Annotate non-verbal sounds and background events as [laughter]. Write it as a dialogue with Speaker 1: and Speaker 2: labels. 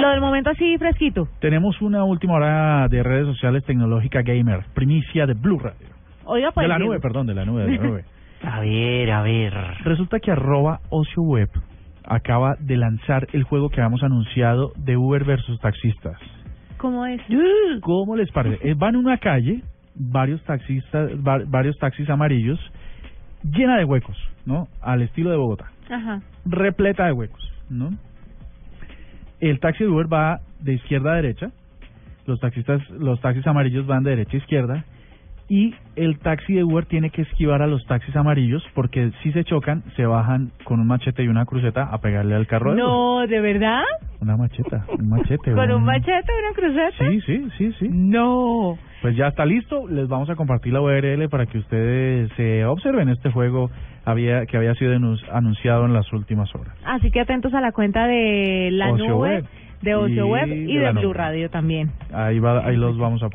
Speaker 1: Lo del momento así fresquito.
Speaker 2: Tenemos una última hora de redes sociales tecnológica gamer, primicia de Blue Radio.
Speaker 1: Oiga, pues.
Speaker 2: de la
Speaker 1: bien.
Speaker 2: nube, perdón, de la nube,
Speaker 1: [laughs]
Speaker 2: de la nube.
Speaker 3: A ver, a ver.
Speaker 2: Resulta que arroba Ocio Web acaba de lanzar el juego que habíamos anunciado de Uber versus taxistas.
Speaker 1: ¿Cómo es? ¡Ah!
Speaker 2: ¿Cómo les parece? Eh, Van a una calle, varios taxistas, va- varios taxis amarillos, llena de huecos, ¿no? Al estilo de Bogotá.
Speaker 1: Ajá.
Speaker 2: repleta de huecos, ¿no? El taxi de Uber va de izquierda a derecha, los taxistas, los taxis amarillos van de derecha a izquierda, y el taxi de Uber tiene que esquivar a los taxis amarillos porque si se chocan, se bajan con un machete y una cruceta a pegarle al carro de Uber.
Speaker 1: No, ¿de verdad?
Speaker 2: Una macheta, un machete.
Speaker 1: [laughs] ¿Con un machete, una cruceta?
Speaker 2: Sí, sí, sí, sí.
Speaker 1: No.
Speaker 2: Pues ya está listo, les vamos a compartir la URL para que ustedes eh, observen este juego había, que había sido anun- anunciado en las últimas horas.
Speaker 1: Así que atentos a la cuenta de la
Speaker 2: Ocio
Speaker 1: nube,
Speaker 2: Web.
Speaker 1: de Ocio
Speaker 2: Y
Speaker 1: Web y
Speaker 2: de
Speaker 1: de,
Speaker 2: la
Speaker 1: Blue
Speaker 2: nube.
Speaker 1: Radio también.
Speaker 2: Ahí, va, ahí los vamos a